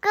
哥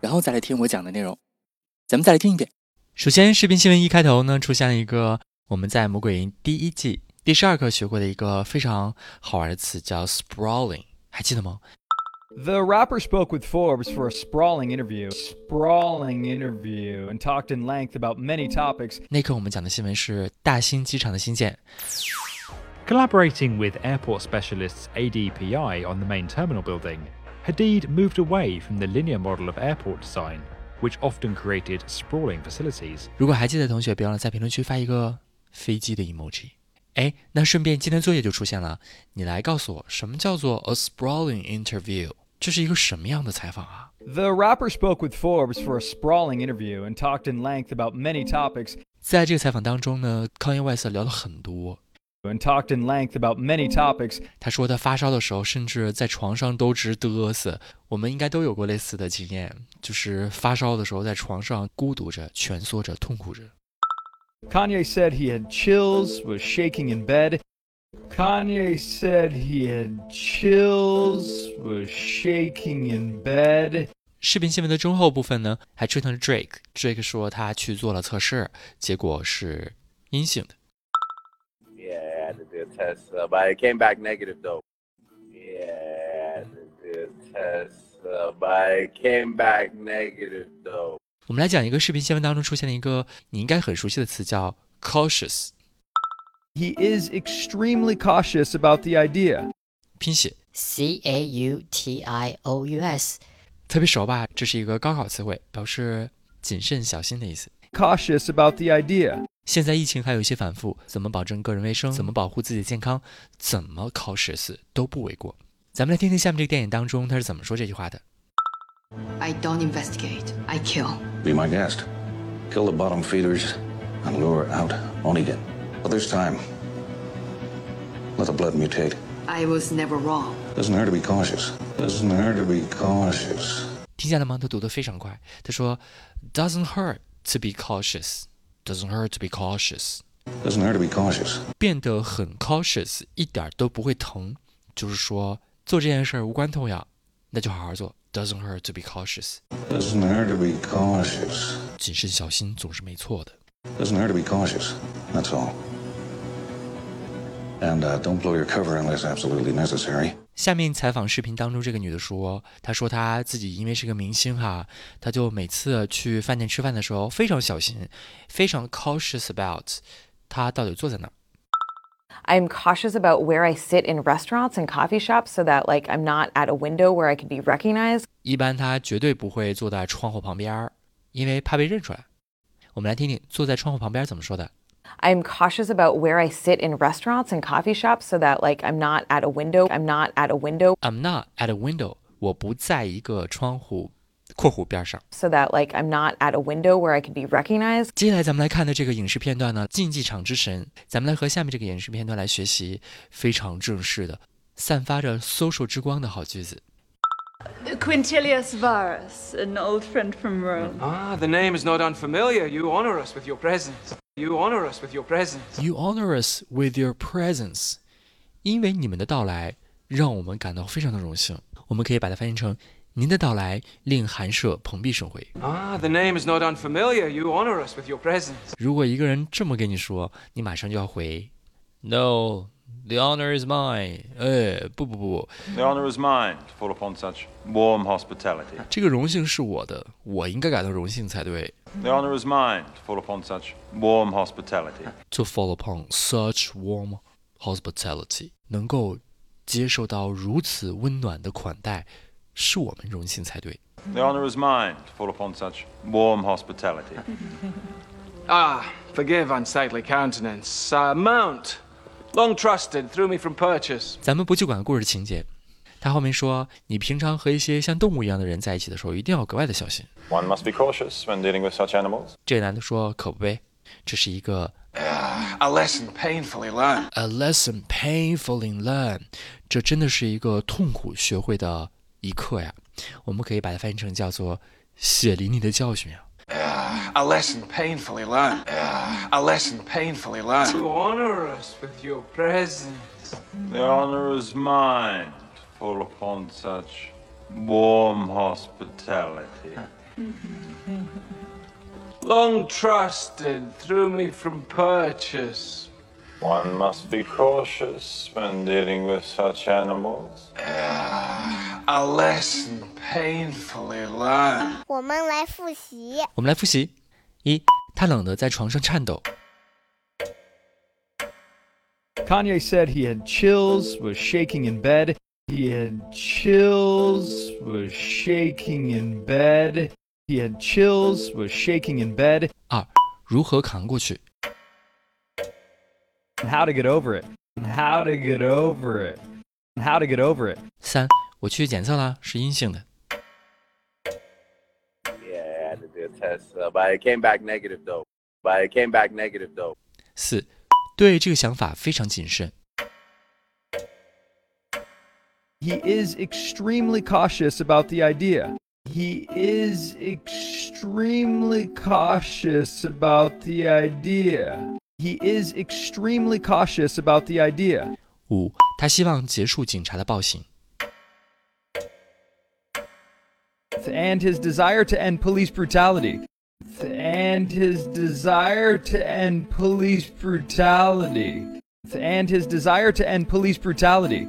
然后再来听我讲的内容，咱们再来听一遍。首先，视频新闻一开头呢，出现了一个我们在《魔鬼营》第一季第十二课学过的一个非常好玩的词，叫 sprawling，还记得吗？The rapper spoke with Forbes for a sprawling interview. Sprawling interview and talked in length about many topics. 那课我们讲的新闻是大兴机场的新建。 Collaborating with airport specialists ADPI on the main terminal building. Hadid moved away from the linear model of airport design, which often created sprawling facilities. 如果还记得的同学，别忘了在评论区发一个飞机的 emoji。哎，那顺便今天作业就出现了，你来告诉我什么叫做 a sprawling interview？这是一个什么样的采访啊？The rapper spoke with Forbes for a sprawling interview and talked in length about many topics. 在这个采访当中呢，Kanye West 聊了很多。 and talked in length about many topics. 他说他发烧的时候，甚至在床上都直嘚瑟。我们应该都有过类似的经验，就是发烧的时候在床上孤独着、蜷缩着、痛苦着。 Kanye said he had chills, was shaking in bed. Kanye said he had chills, was shaking in bed. 视频新闻的中后部分呢，还吹疼 Drake。Drake 说他去做了测试，结果是阴性的。 Yeah, I had to do a test, uh, but it came back negative though. Yeah, I had to do a test, uh, but it came back negative though. 我们来讲一个视频新闻当中出现的一个你应该很熟悉的词，叫 cautious。 He is extremely cautious about the idea. 拼写 c a u t i o u s，特别熟吧？这是一个高考词汇，表示谨慎小心的意思。 Cautious about the idea. 现在疫情还有一些反复，怎么保证个人卫生，怎么保护自己的健康，怎么 cautious 都不为过。咱们来听听下面这个电影当中他是怎么说这句话的。 I don't investigate, I kill. Be my guest. Kill the bottom feeders and lure out Onigan. But this time, let the blood mutate. I was never wrong. Doesn't hurt to be cautious. Doesn't hurt to be cautious. 听见了吗？他读得非常快。他说，Doesn't hurt to be cautious. Doesn't hurt to be cautious. Doesn't hurt to be cautious. 变得很 cautious，一点都不会疼，就是说做这件事无关痛痒，那就好好做。Doesn't hurt to be cautious. Doesn't hurt to be cautious. 谨慎小心总是没错的。 Doesn't hurt to be cautious. That's all. And uh, don't blow your cover unless absolutely necessary. 下面采访视频当中，这个女的说，她说她自己因为是个明星哈，她就每次去饭店吃饭的时候非常小心，非常 cautious about 她到底坐在哪。 I'm cautious about where I sit in restaurants and coffee shops so that like I'm not at a window where I can be recognized. 一般她绝对不会坐在窗户旁边，因为怕被认出来。我们来听听坐在窗户旁边怎么说的。 I'm cautious about where I sit in restaurants and coffee shops so that like I'm not at a window. I'm not at a window. I'm not at a window. 我不在一个窗户（括弧边上）。 So that like I'm not at a window where I can be recognized. 接下来咱们来看的这个影视片段呢，《竞技场之神》。咱们来和下面这个影视片段来学习非常正式的、散发着 social 之光的好句子。 Quintilius Varus, an old friend from Rome. Ah, the name is not unfamiliar. You honor us with your presence. You honor us with your presence. You honor us with your presence，因为你们的到来让我们感到非常的荣幸。我们可以把它翻译成“您的到来令寒舍蓬荜生辉”。 Ah, the name is not unfamiliar. You honor us with your presence. 如果一个人这么跟你说，你马上就要回：“No, the honor is mine。”哎，不不不，The honor is mine to fall upon such warm hospitality。这个荣幸是我的，我应该感到荣幸才对。 The honor is mine to fall upon such warm hospitality. To fall upon such warm hospitality，能够接受到如此温暖的款待，是我们荣幸才对。 The honor is mine to fall upon such warm hospitality. ah, forgive unsightly countenance. Uh, mount, long trusted, threw me from purchase. 咱们不去管故事情节，他后面说，你平常和一些像动物一样的人在一起的时候，一定要格外的小心。 One must be cautious when dealing with such animals. 这个男的说，可不呗，这是一个啊 A lesson painfully learned. a lesson painfully learned，这真的是一个痛苦学会的一课呀。我们可以把它翻译成叫做血淋淋的教训啊呀。 A lesson painfully learned. Ah, A lesson painfully learned. You honor us with your presence. The honourer's mind full upon such warm hospitality. Long trusted, threw me from purchase. One must be cautious when dealing with such animals. A lesson painfully learned. 我们来复习。我们来复习：一，他冷得在床上颤抖； Kanye said he had chills, was shaking in bed. He had chills, was shaking in bed. He had chills, was shaking in bed. 二，如何扛过去； And how to get over it. And how to get over it. And how to get over it. 三，我去检测啦，是阴性的； Yeah, I had to do a test, uh, but it came back negative though. But it came back negative though. 四，对这个想法非常谨慎； He is extremely cautious about the idea. He is extremely cautious about the idea. He is extremely cautious about the idea. 五，他希望结束警察的暴行； And his desire to end police brutality. And his desire to end police brutality. And his desire to end police brutality.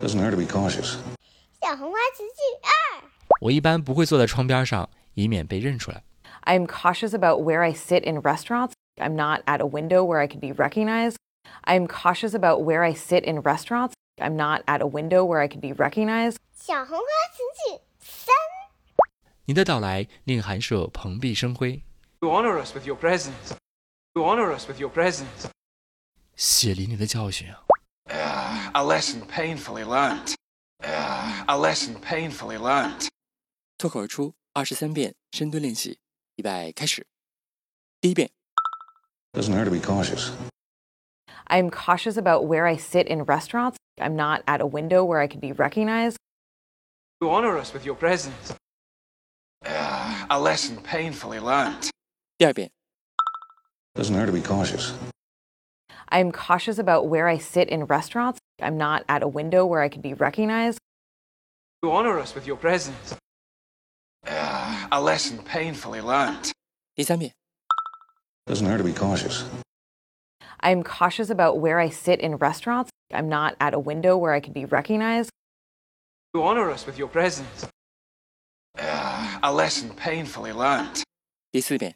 Doesn't hurt to be cautious. 小红花词句二，我一般不会坐在窗边上，以免被认出来。 I'm cautious about where I sit in restaurants. I'm not at a window where I could be recognized. I'm cautious about where I sit in restaurants. I'm not at a window where I could be recognized. 小红花词句三，你的到来令寒舍蓬荜生辉， You honor us with your presence. You honor us with your presence. 血淋淋的教训啊！ A lesson painfully learnt. A lesson painfully learnt. 脱口而出二十三遍深蹲练习，预备开始。第一遍， Doesn't hurt to be cautious. I'm cautious about where I sit in restaurants. I'm not at a window where I could be recognized. You honor us with your presence. A lesson painfully learnt. 第二遍， Doesn't hurt to be cautious. I'm cautious about where I sit in restaurants. I'm not at a window where I could be recognized. You honor us with your presence. A lesson painfully learnt. 第三遍， Doesn't hurt to be cautious. I'm cautious about where I sit in restaurants. I'm not at a window where I could be recognized. You honor us with your presence. A lesson painfully learnt. 第四遍，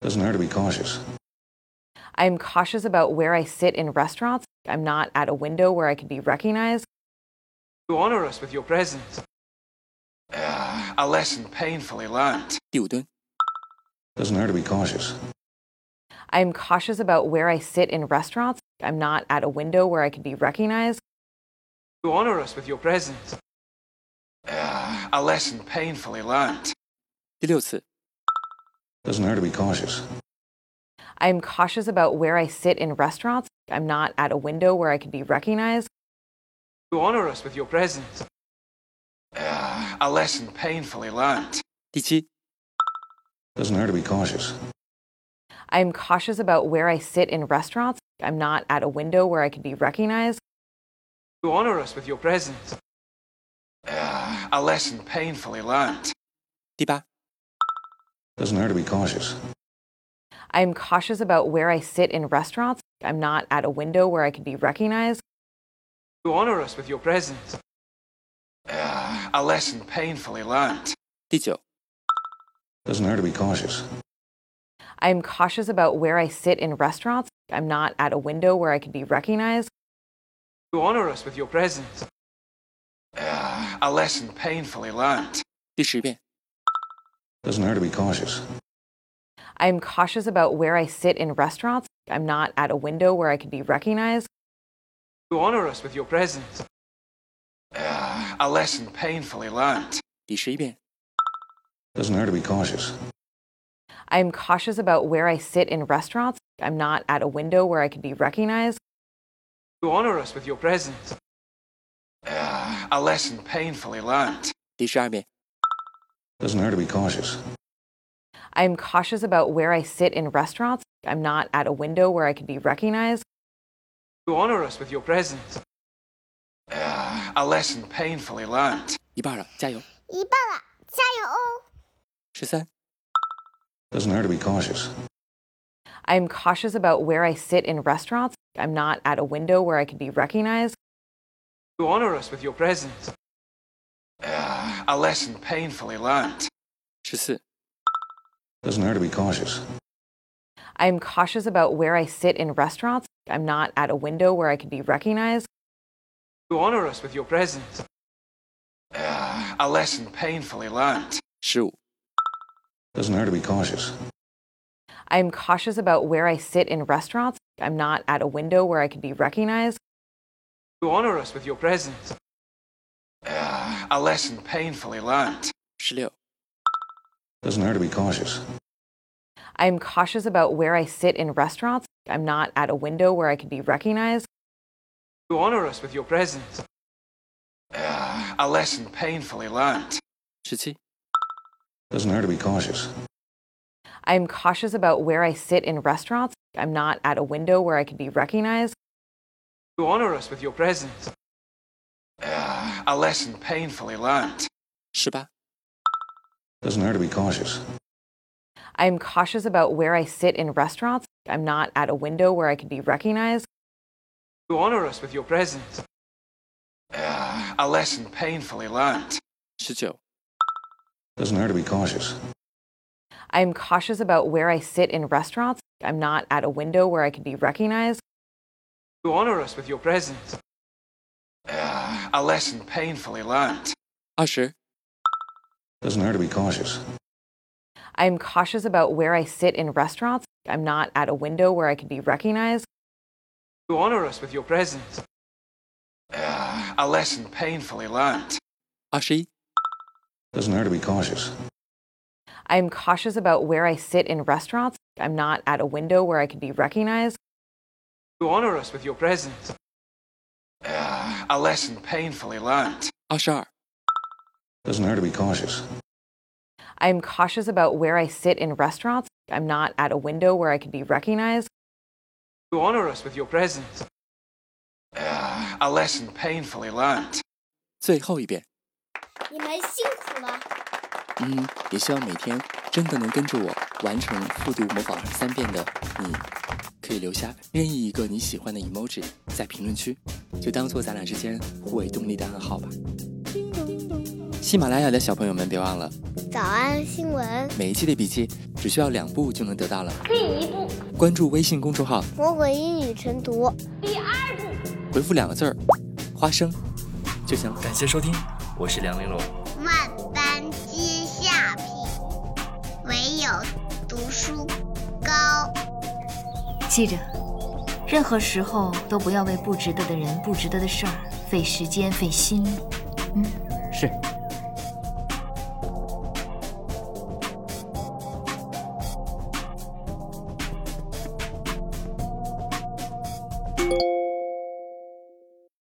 Doesn't hurt to be cautious. I'm cautious about where I sit in restaurants. I'm not at a window where I could be recognized. You honor us with your presence. A lesson painfully learnt. 第五蹲， Doesn't hurt to be cautious. I'm cautious about where I sit in restaurants. I'm not at a window where I could be recognized. You honor us with your presence. A lesson painfully learnt. 第六次， Doesn't hurt to be cautious. I'm cautious about where I sit in restaurants. I'm not at a window where I could be recognized. You honor us with your presence. A lesson painfully learnt. 第七， Doesn't hurt to be cautious. I'm cautious about where I sit in restaurants. I'm not at a window where I could be recognized. You honor us with your presence. A lesson painfully learnt. 第八， Doesn't hurt to be cautious. I'm cautious about where I sit in restaurants. I'm not at a window where I could be recognized. You honor us with your presence. Uh, a lesson painfully learned. 第九 Doesn't hurt to be cautious. I'm cautious about where I sit in restaurants. I'm not at a window where I could be recognized. You honor us with your presence. A lesson painfully learned. 第十遍， Doesn't hurt to be cautious. I'm cautious about where I sit in restaurants. I'm not at a window where I could be recognized. You honor us with your presence. A lesson painfully learned. 第十一遍， Doesn't hurt to be cautious. I'm cautious about where I sit in restaurants. I'm not at a window where I could be recognized. You honor us with your presence. A lesson painfully learned. 第十二遍， Doesn't hurt to be cautious. I'm cautious about where I sit in restaurants. I'm not at a window where I could be recognized. You honor us with your presence. A lesson painfully learned. 一半了，加油！一半了，加油哦！十三、 Doesn't hurt to be cautious. I'm cautious about where I sit in restaurants. I'm not at a window where I could be recognized. You honor us with your presence. A lesson painfully learned. 十四、 Doesn't hurt to be cautious. I'm cautious about where I sit in restaurants. I'm not at a window where I could be recognized. You honor us with your presence. A lesson painfully learned. 十五、 Doesn't hurt to be cautious. I'm cautious about where I sit in restaurants. I'm not at a window where I could be recognized. You honor us with your presence. A lesson painfully learned. 十六、 Doesn't hurt to be cautious. I'm cautious about where I sit in restaurants. I'm not at a window where I could be recognized. You honor us with your presence. A lesson painfully learned. 十七、 Doesn't hurt to be cautious. I'm cautious about where I sit in restaurants. I'm not at a window where I could be recognized. You honor us with your presence. Uh, A lesson painfully learned. 十八、 Doesn't hurt to be cautious. I'm cautious about where I sit in restaurants. I'm not at a window where I could be recognized. You honor us with your presence. A lesson painfully learned. 十九、 Doesn't hurt to be cautious. I'm cautious about where I sit in restaurants. I'm not at a window where I could be recognized. You honor us with your presence. A lesson painfully learned. 二十、 Doesn't hurt to be cautious. I'm cautious about where I sit in restaurants. I'm not at a window where I could be recognized. You honor us with your presence. Uh, A lesson painfully learned. 二十一、 Doesn't hurt to be cautious. I'm cautious about where I sit in restaurants. I'm not at a window where I could be recognized. You honor us with your presence. Ah, A lesson painfully learned. 二十二、 Doesn't hurt to be cautious. I'm cautious about where I sit in restaurants. I'm not at a window where I could be recognized. You honor us with your presence. A lesson painfully learned. 最后一遍。你们辛苦了，嗯，也希望每天真的能跟着我完成复读模仿二十三遍的你，可以留下任意一个你喜欢的 emoji 在评论区，就当做咱俩之间互为动力的暗号吧。喜马拉雅的小朋友们，别忘了早安新闻，每一期的笔记只需要两步就能得到了。第一步，关注微信公众号，魔鬼英语晨读。第二步。回复两个字儿“花生”就行了。感谢收听，我是梁玲珑。万般皆下品，唯有读书高。记着，任何时候都不要为不值得的人、不值得的事儿费时间、费心力。是。 Thank you